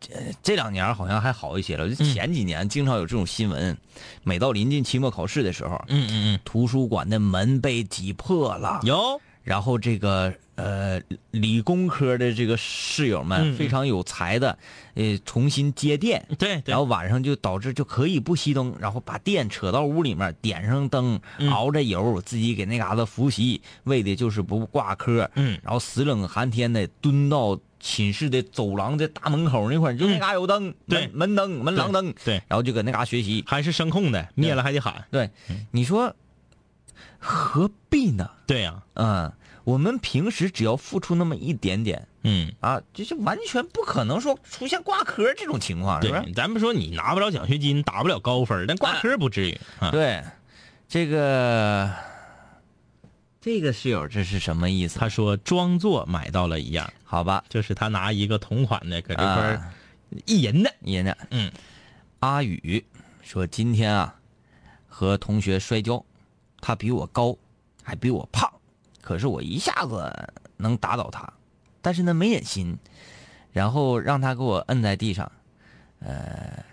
这这两年好像还好一些了，就前几年经常有这种新闻，每到临近期末考试的时候，
嗯嗯
图书馆的门被挤破了
嗯，，有，
然后这个呃理工科的这个室友们
嗯嗯
非常有才的，呃重新接电。
对对
然后，晚上就导致就可以不熄灯，然后把电扯到屋里面，点上灯，
嗯
熬着油，自己给那嘎达复习，为的就是不挂科。
嗯
然后死冷寒天的蹲到寝室的走廊的大门口那块儿，就那嘎有灯，
对
门门灯、门廊灯，
对，
然后就搁那嘎学习。
还是声控的，灭了还得喊。
对，
嗯
你说何必呢？
对啊呀、
嗯，我们平时只要付出那么一点点
嗯，
啊，就是完全不可能说出现挂科这种情况，是不是
对，？咱们说你拿不着奖学金，打不了高分，但挂
哎
科不至于啊。
对，这个这个室友这是什么意思？
他说装作买到了一样，
好吧，
就是他拿一个同款的搁这块儿
啊
一银的，
爷呢？
嗯，
阿宇说今天啊和同学摔跤，他比我高，还比我胖，可是我一下子能打倒他，但是呢没忍心，然后让他给我摁在地上，呃，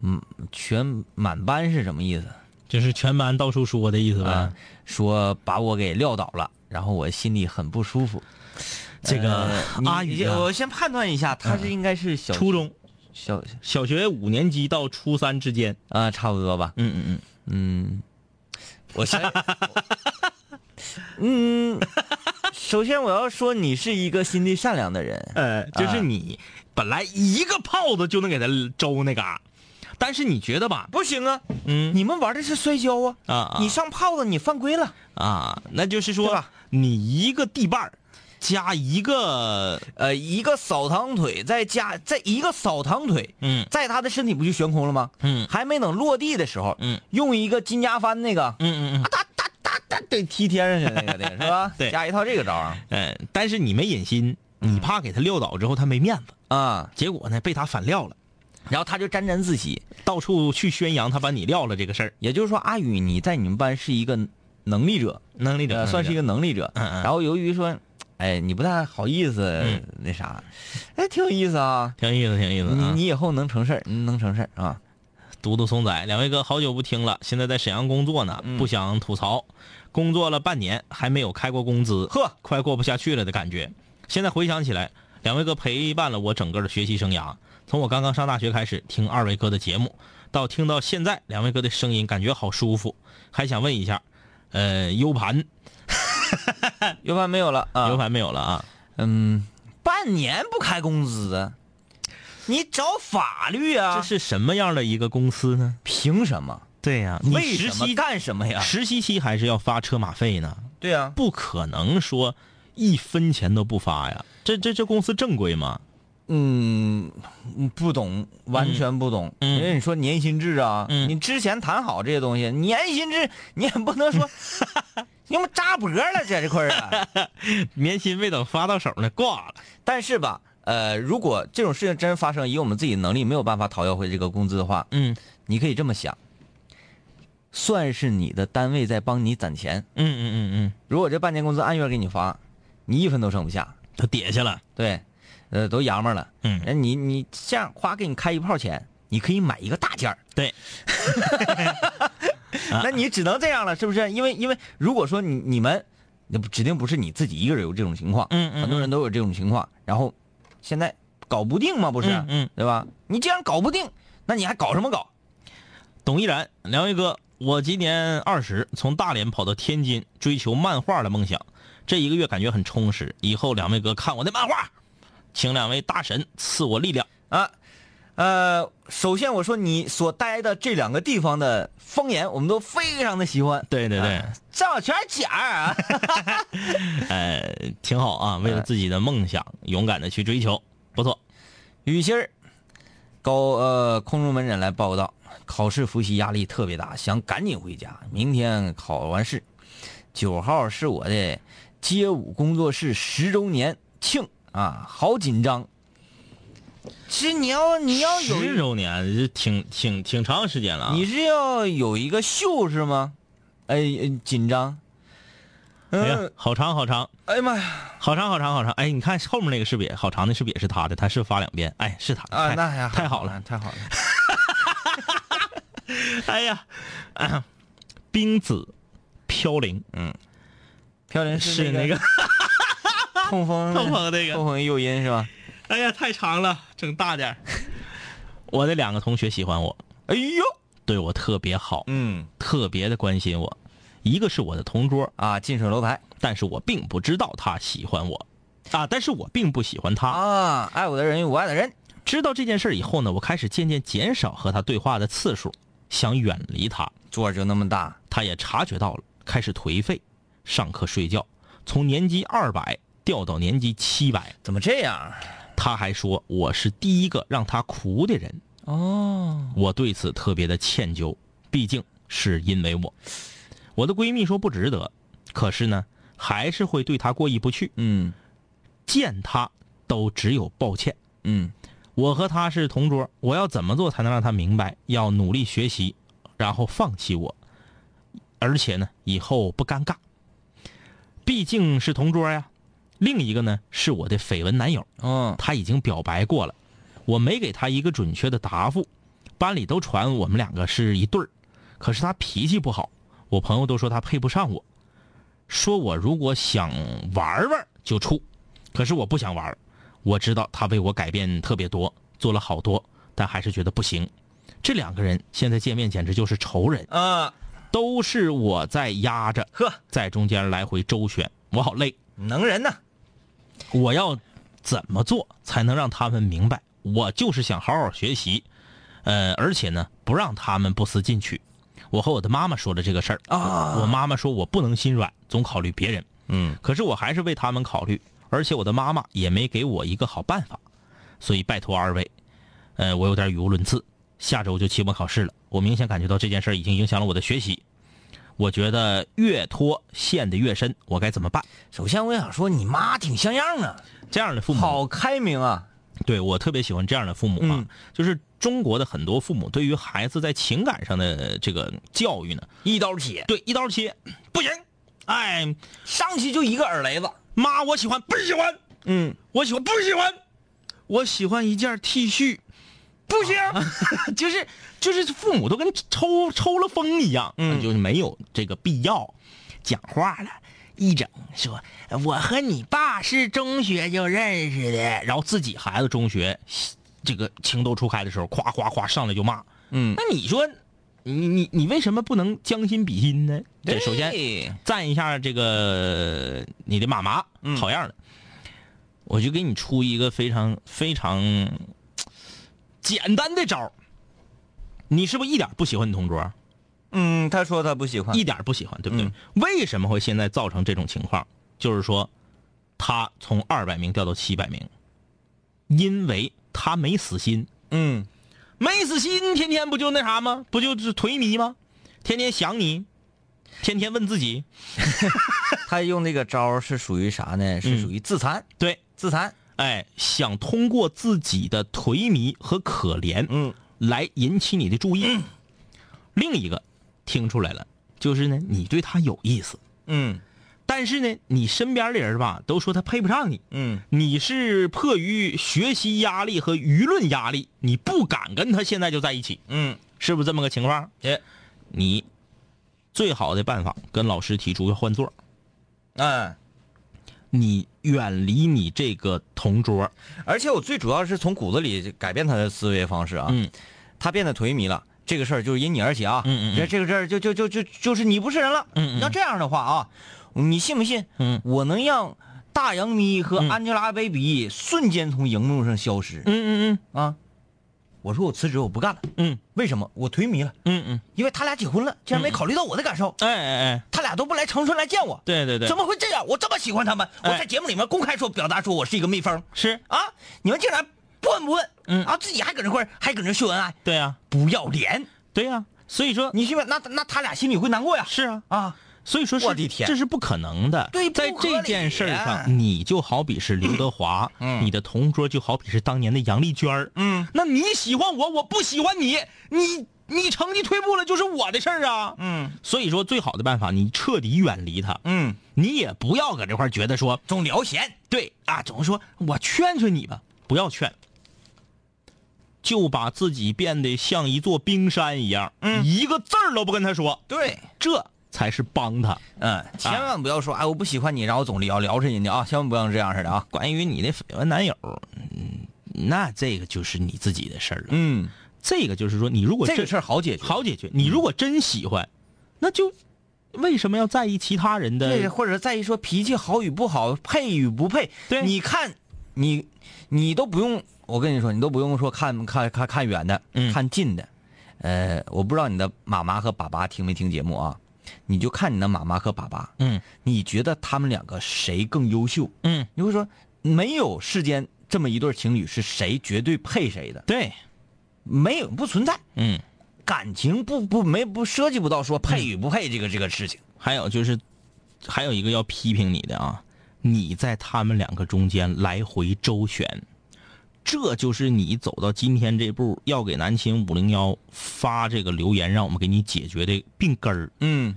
嗯，全满班是什么意思？
就是全班到处说的意思呗
啊。，说把我给撂倒了，然后我心里很不舒服。
这个
呃你
阿宇
你
啊嗯
我先判断一下，他是应该是小
初中
小
小学五年级到初三之间，
啊、差不多吧。
嗯嗯
嗯，我先，嗯，首先我要说你是一个心地善良的人，
嗯，呃，
啊
就是你本来一个炮子就能给他周那嘎、但是你觉得吧，
不行啊，
嗯
你们玩的是摔跤啊，
啊啊
你上炮了，你犯规了，
啊，那就是
对
说
吧
你一个地伴儿加一个
呃，一个扫堂腿，再加再一个扫堂腿，
嗯
在他的身体不就悬空了吗？
嗯
还没等落地的时候，
嗯，
用一个金家翻那个，
嗯嗯嗯？
啊哒哒哒哒，得踢天上去那个，那个是吧
对
加一套这个招啊儿
哎，但是你没忍心，你怕给他撂倒之后他没面子，
啊，
结果呢被他反撂了，
然后他就沾沾自喜。
到处去宣扬他把你撂了这个事儿，
也就是说，阿宇你在你们班是一个能力者，
能力者
呃，算是一
个
个能力者。
嗯嗯
然后由于说，哎，你不太好意思、那啥，哎，挺有意思啊。
挺有意思，挺有意思
你
啊。
你以后能成事儿，能成事儿啊！
独独松仔，两位哥好久不听了，现在在沈阳工作呢，不想吐槽，工作了半年还没有开过工资，呵，快过不下去了的感觉。现在回想起来，两位哥陪伴了我整个的学习生涯，从我刚刚上大学开始听二位哥的节目，到听到现在，两位哥的声音感觉好舒服，还想问一下，呃，U 盘
U 盘没有了啊
U 盘没有了啊？
嗯，半年不开工资，啊你找法律啊？
这是什么样的一个公司呢？
凭什么？
对呀、你
为
实
什么
习
干什么呀？
实习期还是要发车马费呢？
对啊，
不可能说一分钱都不发呀，这这这公司正规吗？
嗯，不懂，完全不懂。
嗯
因为你说年薪制啊，
嗯
你之前谈好这些东西，年薪制 你也不能说，要么扎脖了在这块 儿啊。
年薪未等发到手呢，挂了。
但是吧，呃，如果这种事情真发生，以我们自己能力没有办法讨要回这个工资的话，
嗯
你可以这么想，算是你的单位在帮你攒钱。
嗯嗯嗯
如果这半年工资按月给你发，你一分都剩不下，
嗯，他跌下了。
对，呃，都洋们了。
嗯，
哎，你你这样夸给你开一炮钱，你可以买一个大件儿。
对，
那你只能这样了，是不是？因为因为如果说你你们，那不指定不是你自己一个人有这种情况，
嗯嗯
很多人都有这种情况。然后现在搞不定嘛，不是？
嗯嗯
对吧？你既然搞不定，那你还搞什么搞？
董一然，梁威哥，我今年二十，从大连跑到天津追求漫画的梦想，这一个月感觉很充实。以后两位哥看我的漫画，请两位大神赐我力量。
啊，呃，首先我说你所待的这两个地方的方言，我们都非常的喜欢。
对对对，
啊赵全甲儿啊，
呃，挺好啊，为了自己的梦想，勇敢的去追求，不错。
雨欣儿，高呃空中门诊来报道，考试复习压力特别大，想赶紧回家，明天考完试。九号是我的街舞工作室十周年庆啊，好紧张。其实你要你要有一
十周年，这挺挺挺长时间了啊。
你是要有一个秀是吗？哎，呃紧张。嗯
哎呀，好长好长，
哎呀妈呀！
好长好长好长。哎，你看后面那个是不是也好长的是不是也是他的？他是发两遍，哎，是他的
啊，
太
那还
太好了。，
太好了。
哎呀，冰子飘零
飘零
是
哎那嗯
那个，
痛风
痛风那个
痛风诱因是吧？
哎呀，太长了，整大点儿。我的两个同学喜欢我，
哎呦，
对我特别好，
嗯
特别的关心我。一个是我的同桌，
啊，近水楼台
但是我并不知道他喜欢我，啊，但是我并不喜欢他。
啊，爱我的人与我爱的人，
知道这件事以后呢，我开始渐渐减少和他对话的次数，想远离他。
座儿就那么大，
他也察觉到了，开始颓废，上课睡觉，从年级二百掉到年级七百。
怎么这样？
他还说我是第一个让他哭的人，
哦，
我对此特别的歉疚，毕竟是因为我。我的闺蜜说不值得，可是呢，还是会对他过意不去，
嗯
见他都只有抱歉。
嗯，
我和他是同桌，我要怎么做才能让他明白要努力学习，然后放弃我，而且呢，以后不尴尬。毕竟是同桌呀。另一个呢是我的绯闻男友，
哦，
他已经表白过了，我没给他一个准确的答复。班里都传我们两个是一对儿，可是他脾气不好，我朋友都说他配不上我，说我如果想玩玩就处，可是我不想玩儿。我知道他为我改变特别多，做了好多，但还是觉得不行。这两个人现在见面简直就是仇人，
啊，
都是我在压着，
呵，
在中间来回周旋，我好累。
能人呐，
我要怎么做才能让他们明白，我就是想好好学习，呃，而且呢，不让他们不思进取。我和我的妈妈说了这个事儿啊，我妈妈说我不能心软，总考虑别人，
嗯，
可是我还是为他们考虑，而且我的妈妈也没给我一个好办法，所以拜托二位，呃，我有点语无伦次。下周就期末考试了，我明显感觉到这件事儿已经影响了我的学习，我觉得越拖陷得越深，我该怎么办？
首先我想说你妈挺像样啊，
这样的父母
好开明啊，
对我特别喜欢这样的父母啊，
嗯
就是中国的很多父母对于孩子在情感上的这个教育呢，
一刀切，
对一刀切，不行，哎，
上去就一个耳雷子，
妈，我喜欢不喜欢，
嗯，
我喜欢不喜欢，我喜欢一件 T 恤，
不行，
就是就是父母都跟抽抽了风一样，
嗯
就是没有这个必要讲话了。一整说，我和你爸是中学就认识的，然后自己孩子中学这个情窦初开的时候，夸夸夸上来就骂，
嗯，
那你说，你你你为什么不能将心比心呢？对，首先赞一下这个你的妈妈，
嗯
好样的！我就给你出一个非常非常嘖简单的招儿你是不是一点儿不喜欢你同桌？
嗯，他说他不喜欢，
一点儿不喜欢，对不对？
啊嗯
为什么会现在造成这种情况？就是说，他从二百名掉到七百名，因为他没死心。
嗯。
没死心，天天不就那啥吗？不就是颓靡吗？天天想你，天天问自己。
他用那个招儿是属于啥呢？是
嗯
属于自残，
对，
自残。
哎，想通过自己的颓靡和可怜，
嗯，
来引起你的注意。另一个，听出来了，就是呢，你对他有意思，
嗯
但是呢，你身边的人吧，都说他配不上你。
嗯
你是迫于学习压力和舆论压力，你不敢跟他现在就在一起。
嗯，
是不是这么个情况？
是，
你最好的办法跟老师提出要换座，
哎，
你远离你这个同桌。
而且我最主要是从骨子里改变他的思维方式啊，
嗯
他变得颓靡了。这个事儿就是因你而起啊，
嗯嗯嗯
这这个事儿就就就就就是你不是人了。
嗯嗯嗯
要这样的话啊，你信不信？
嗯
我能让大洋咪和 Angelababy 瞬间从荧幕上消失、
嗯嗯
啊！我说我辞职，我不干了。
嗯
为什么？我颓靡了，
嗯嗯
因为他俩结婚了，竟然没考虑到我的感受。
嗯，哎哎哎，
他俩都不来长春来见我，
对对对，
怎么会这样？我这么喜欢他们，我
哎
在节目里面公开说表达说我是一个蜜蜂
是？
啊，你们竟然不闻不问，
嗯
啊，自己还搁那块儿还搁那秀恩爱，
对呀、
不要脸！
对呀、所以说
你是不是那那他俩心里会难过呀？
是啊，
啊，
所以说是
我的天
这是不可能的。
对
在
不合
这件
理
事儿
呀
上，你就好比是刘德华，
嗯
你的同桌就好比是当年的杨丽娟儿，
嗯，
那你喜欢我，我不喜欢你，你你成绩退步了就是我的事儿啊，
嗯
所以说最好的办法，你彻底远离他，
嗯，
你也不要搁这块儿觉得说，
总聊闲，
对啊，总是说我劝劝你吧，不要劝，就把自己变得像一座冰山一样，
嗯
一个字儿都不跟他说，
对，
这才是帮他。
嗯，千万不要说哎我不喜欢你，然后总聊聊着人家啊，千万不要这样似的啊。
关于你的绯闻男友，嗯，那这个就是你自己的事儿了。
嗯，
这个就是说，你如果
这个事
儿
儿好解决，
好解决，你如果真喜欢，那就为什么要在意其他人
对，
的？
或者在于说脾气好与不好，配与不配。
对
你看，你你都不用，我跟你说，你都不用说看看看看远的，
嗯
看近的。呃，我不知道你的妈妈和爸爸听没听节目啊，你就看你的妈妈和爸爸，
嗯
你觉得他们两个谁更优秀？
嗯，
你会说，没有世间这么一对情侣是谁绝对配谁的，
对，
没有不存在，
嗯，
感情不不没不涉及不到说配与不配这个这个事情。
还有就是，还有一个要批评你的啊，你在他们两个中间来回周旋，这就是你走到今天这步，要给南秦五零幺发这个留言，让我们给你解决的病根儿。
嗯，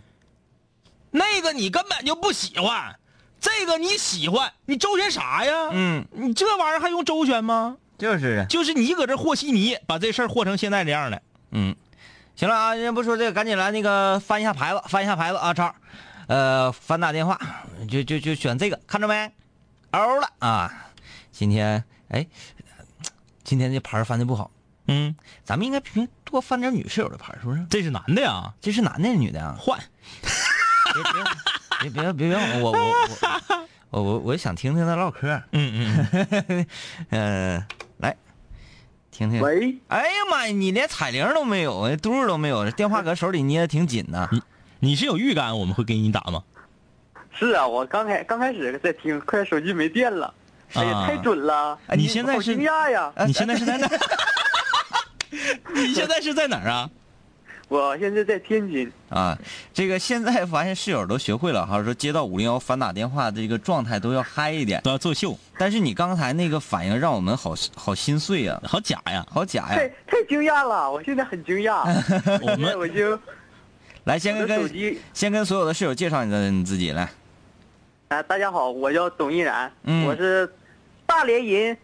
那个你根本就不喜欢，这个你喜欢，你周旋啥呀？
嗯，
你这玩意儿还用周旋吗？
就是。
就是你搁这和稀泥，把这事儿和成现在这样的。
嗯行了啊，人家不说这个，赶紧来那个翻一下牌子，翻一下牌子啊，超，呃，反打电话，就就就选这个，看着没？欧了啊！今天哎，今天这牌儿翻的不好，
嗯，
咱们应该平时多翻点女室友的牌儿，是不是？
这是男的呀，
这是男的还是女的啊？
换。
别别别别别，我我我我我我想听听他唠嗑儿，
嗯嗯，
嗯、来 听听。
喂，
哎呀妈呀，你连彩铃都没有，哎嘟噜都没有，电话搁手里捏的挺紧呐。
你是有预感我们会给你打吗？
是啊，我刚开刚开始在听，快手机没电了，哎呀，
啊
太准了！
哎你现在
好
是
惊讶呀？
呃
你现在是在哪？ 你现在是在哪儿啊？
我现在在天津，
啊，这个现在发现室友都学会了哈，说接到五零幺反打电话的这个状态都要嗨一点。
都要作秀，
但是你刚才那个反应让我们好好心碎呀、
好假 哎呀！
好假
太
呀！
太惊讶了，我现在很惊讶。
我
现在
们
我已经
来，先
我
跟
的手
跟
机
先跟所有的室友介绍你的你自己来。
啊，大家好，我叫董一然，
嗯
我是大连人，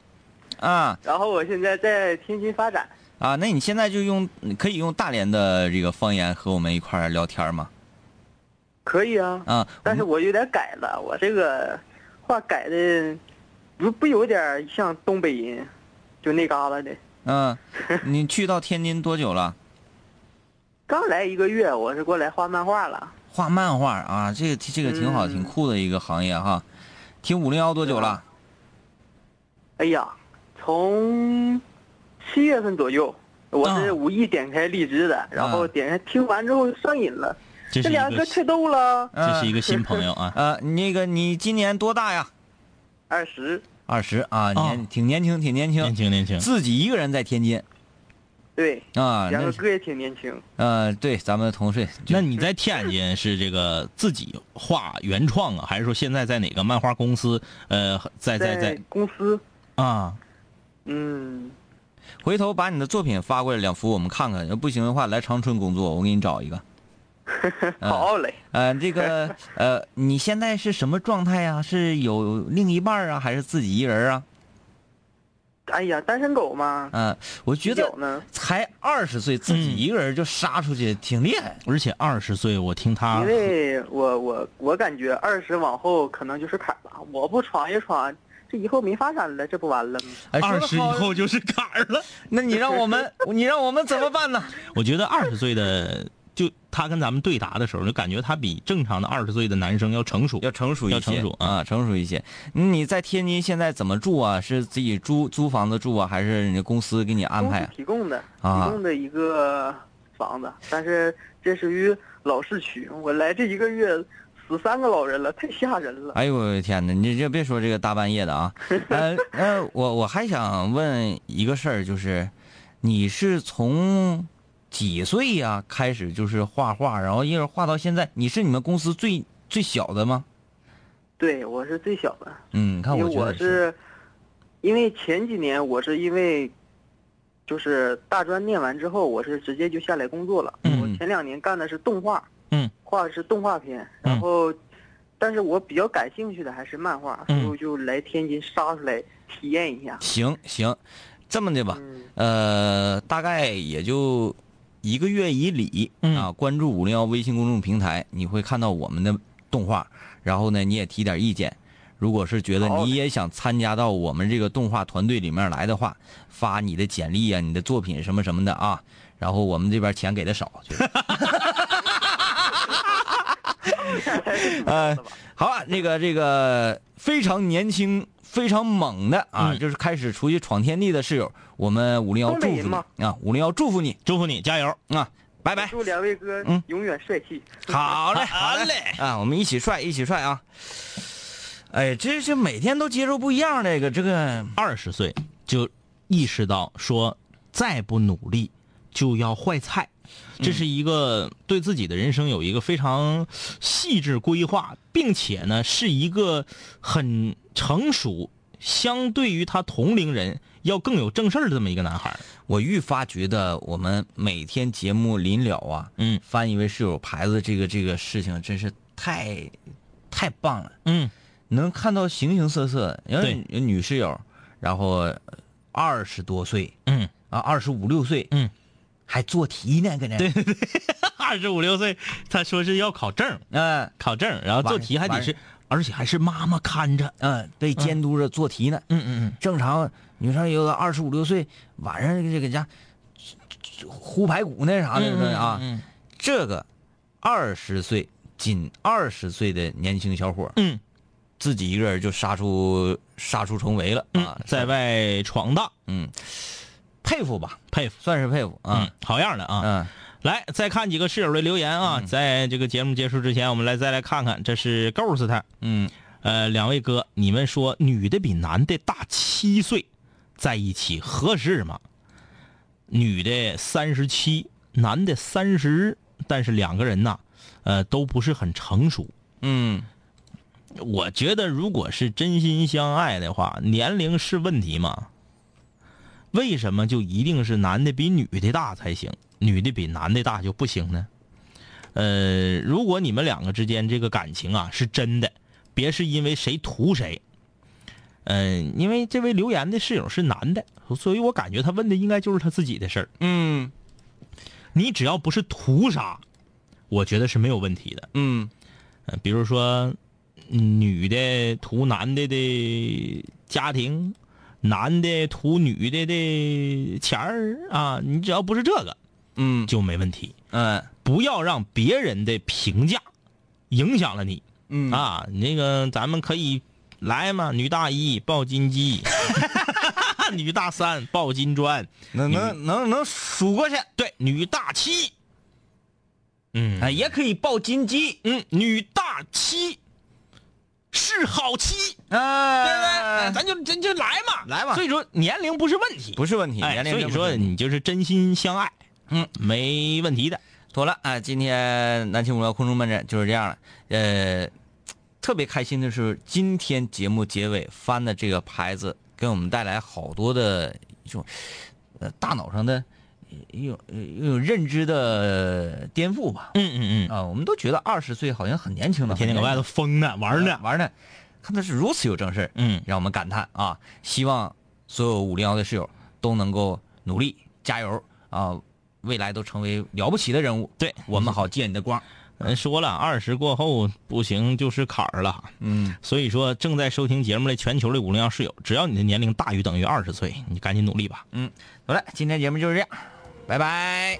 啊
然后我现在在天津发展。
啊，那你现在就用可以用大连的这个方言和我们一块儿聊天吗？
可以啊，
啊，
但是我有点改了，我这个话改的不不有点像东北人，就那旮旯的。
嗯、你去到天津多久了？
刚来一个月，我是过来画漫画了。
画漫画啊，这个这个挺好，挺酷的一个行业哈。听五零幺多久了？
哎呀，从七月份左右，
嗯
我是无意点开荔枝的，然后点开听完之后上瘾了，
这是
这
一
两
个
个太逗了。
嗯
这是一个新朋友啊，
呃，那个你今年多大呀？
二十，
二十啊，年、
哦
挺年轻，挺年轻，
年轻年轻。
嗯自己一个人在天津
对，
啊，
然
那
后
是
哥也挺年轻。
呃，对，咱们同事，
那你在天津是这个自己画原创啊，还是说现在在哪个漫画公司？呃，在在在
公司，
啊，
嗯，
回头把你的作品发过来两幅，我们看看，要不行的话来长春工作，我给你找一个。
嗯
好嘞，
呃，这个呃，你现在是什么状态呀、是有另一半啊，还是自己一人啊？
哎呀，单身狗嘛，
嗯、我觉
有
得
呢
才二十岁，自己一个人就杀出去，挺厉害。
而且二十岁，我听他
因为我我我感觉二十往后可能就是坎儿了，我不闯一闯，这以后没发展了，这不完了吗？
哎
二十以，
说得好
后就是坎儿了。
那你让我们，你让我们怎么办呢？
我觉得二十岁的，就他跟咱们对答的时候，就感觉他比正常的二十岁的男生要成熟。
要成熟一些，
要成熟
啊，成熟一些。你在天津现在怎么住啊？是自己租租房子住啊，还是人家公司给你安
公
排
司
啊？
提供的，
啊
提供的一个房子，但是这属于老市区。我来这一个月，死三个老人了，太吓人了。
哎呦我的天哪！你这别说这个大半夜的 啊，呃呃，我我还想问一个事儿，就是你是从几岁呀、开始就是画画，然后一直画到现在？你是你们公司最最小的吗？
对我是最小的，
嗯，你看
因
我
为
觉得
我
也，
是，因为前几年我是因为，就是大专念完之后，我是直接就下来工作了。
嗯
我前两年干的是动画，
嗯，
画的是动画片，
嗯
然后，但是我比较感兴趣的还是漫画，
嗯
所以我就来天津杀出来体验一下。
行行，这么的吧，
嗯
呃，大概也就一个月以里、
嗯
啊，关注五零幺微信公众平台，你会看到我们的动画，然后呢，你也提点意见。如果是觉得
好的
你也想参加到我们这个动画团队里面来的话，发你的简历啊、你的作品什么什么的啊，然后我们这边钱给的少。 就是呃，好啊，那个这个非常年轻、非常猛的啊，
嗯
就是开始出去闯天地的室友，我们五零幺
东
祝
北
福
人吗
你啊，五零幺祝福你
祝福你，加油！
啊，拜拜。
祝两位哥
嗯
永远帅气。
好 嘞，
好
好
嘞
嘞，啊，我们一起帅，一起帅啊！哎，这是每天都接受不一样的这个这个，
二十岁就意识到说，再不努力就要坏菜，
嗯
这是一个对自己的人生有一个非常细致规划，并且呢是一个很成熟，相对于他同龄人要更有正事儿的这么一个男孩儿。
我愈发觉得我们每天节目临了啊，
嗯
翻一位室友牌子这个这个事情真是太太棒了，
嗯，
能看到形形色色，然后
对
有女室友，然后二十多岁，
嗯
啊，二十五六岁，
嗯，
还做题呢，搁那，对，
二十五六岁，他说是要考证，
嗯
考证，然后做题还得是，而且还是妈妈看着。
嗯，被监督着做题呢，
嗯嗯嗯，
正常女生有个二十五六岁，晚上这个家呼排骨那啥的
嗯嗯
啊，
嗯
这个二十岁仅二十岁的年轻小伙，
嗯，
自己一个人就杀出杀出重围了啊，
在外闯荡，
佩服吧，
佩服。
算是佩服
嗯
啊，，
好样的啊！
嗯，
来，再看几个室友的留言啊，在这个节目结束之前，我们来再来看看，这是 Ghost 他，
嗯，
呃，两位哥，你们说女的比男的大七岁，在一起合适吗？女的三十七，男的三十，但是两个人呐，呃，都不是很成熟。
嗯，
我觉得，如果是真心相爱的话，年龄是问题吗？为什么就一定是男的比女的大才行，女的比男的大就不行呢？呃，如果你们两个之间这个感情啊是真的，别是因为谁图谁。嗯、因为这位留言的室友是男的，所以我感觉他问的应该就是他自己的事儿。
嗯，
你只要不是图啥，我觉得是没有问题的。
嗯，
呃，比如说嗯女的图男的的家庭，男的图女的的钱儿啊，你只要不是这个
嗯，
就没问题。
嗯，
不要让别人的评价影响了你。
嗯
啊，那个咱们可以来嘛，女大一抱金鸡， 女大三抱金砖，
能能能能数过去，
对，女大七，嗯，
哎，也可以抱金鸡，
嗯，女大七是好妻，对不对？
哎
哎咱就咱就来嘛，
来嘛
所以说年龄不是问题，
不是问题，
哎，
年龄
所以
真不是
说
问题
你就是真心相爱，
嗯，
没问题的。
妥了啊！今天南青五幺空中门诊就是这样了。呃，特别开心的是，今天节目结尾翻的这个牌子，给我们带来好多的一种呃大脑上的呃一种一种认知的颠覆吧。
嗯嗯
啊，我们都觉得二十岁好像很年轻的，
天天搁外头疯呢，玩呢。
玩呢，看他是如此有正事儿
嗯
让我们感叹啊！希望所有五零幺的室友都能够努力加油啊！未来都成为了不起的人物，
对
我们好借你的光。
人说了，二十过后不行就是坎儿了。
嗯，
所以说，正在收听节目的全球的五零幺室友，只要你的年龄大于等于二十岁，你赶紧努力吧。
好了，今天节目就是这样，拜拜。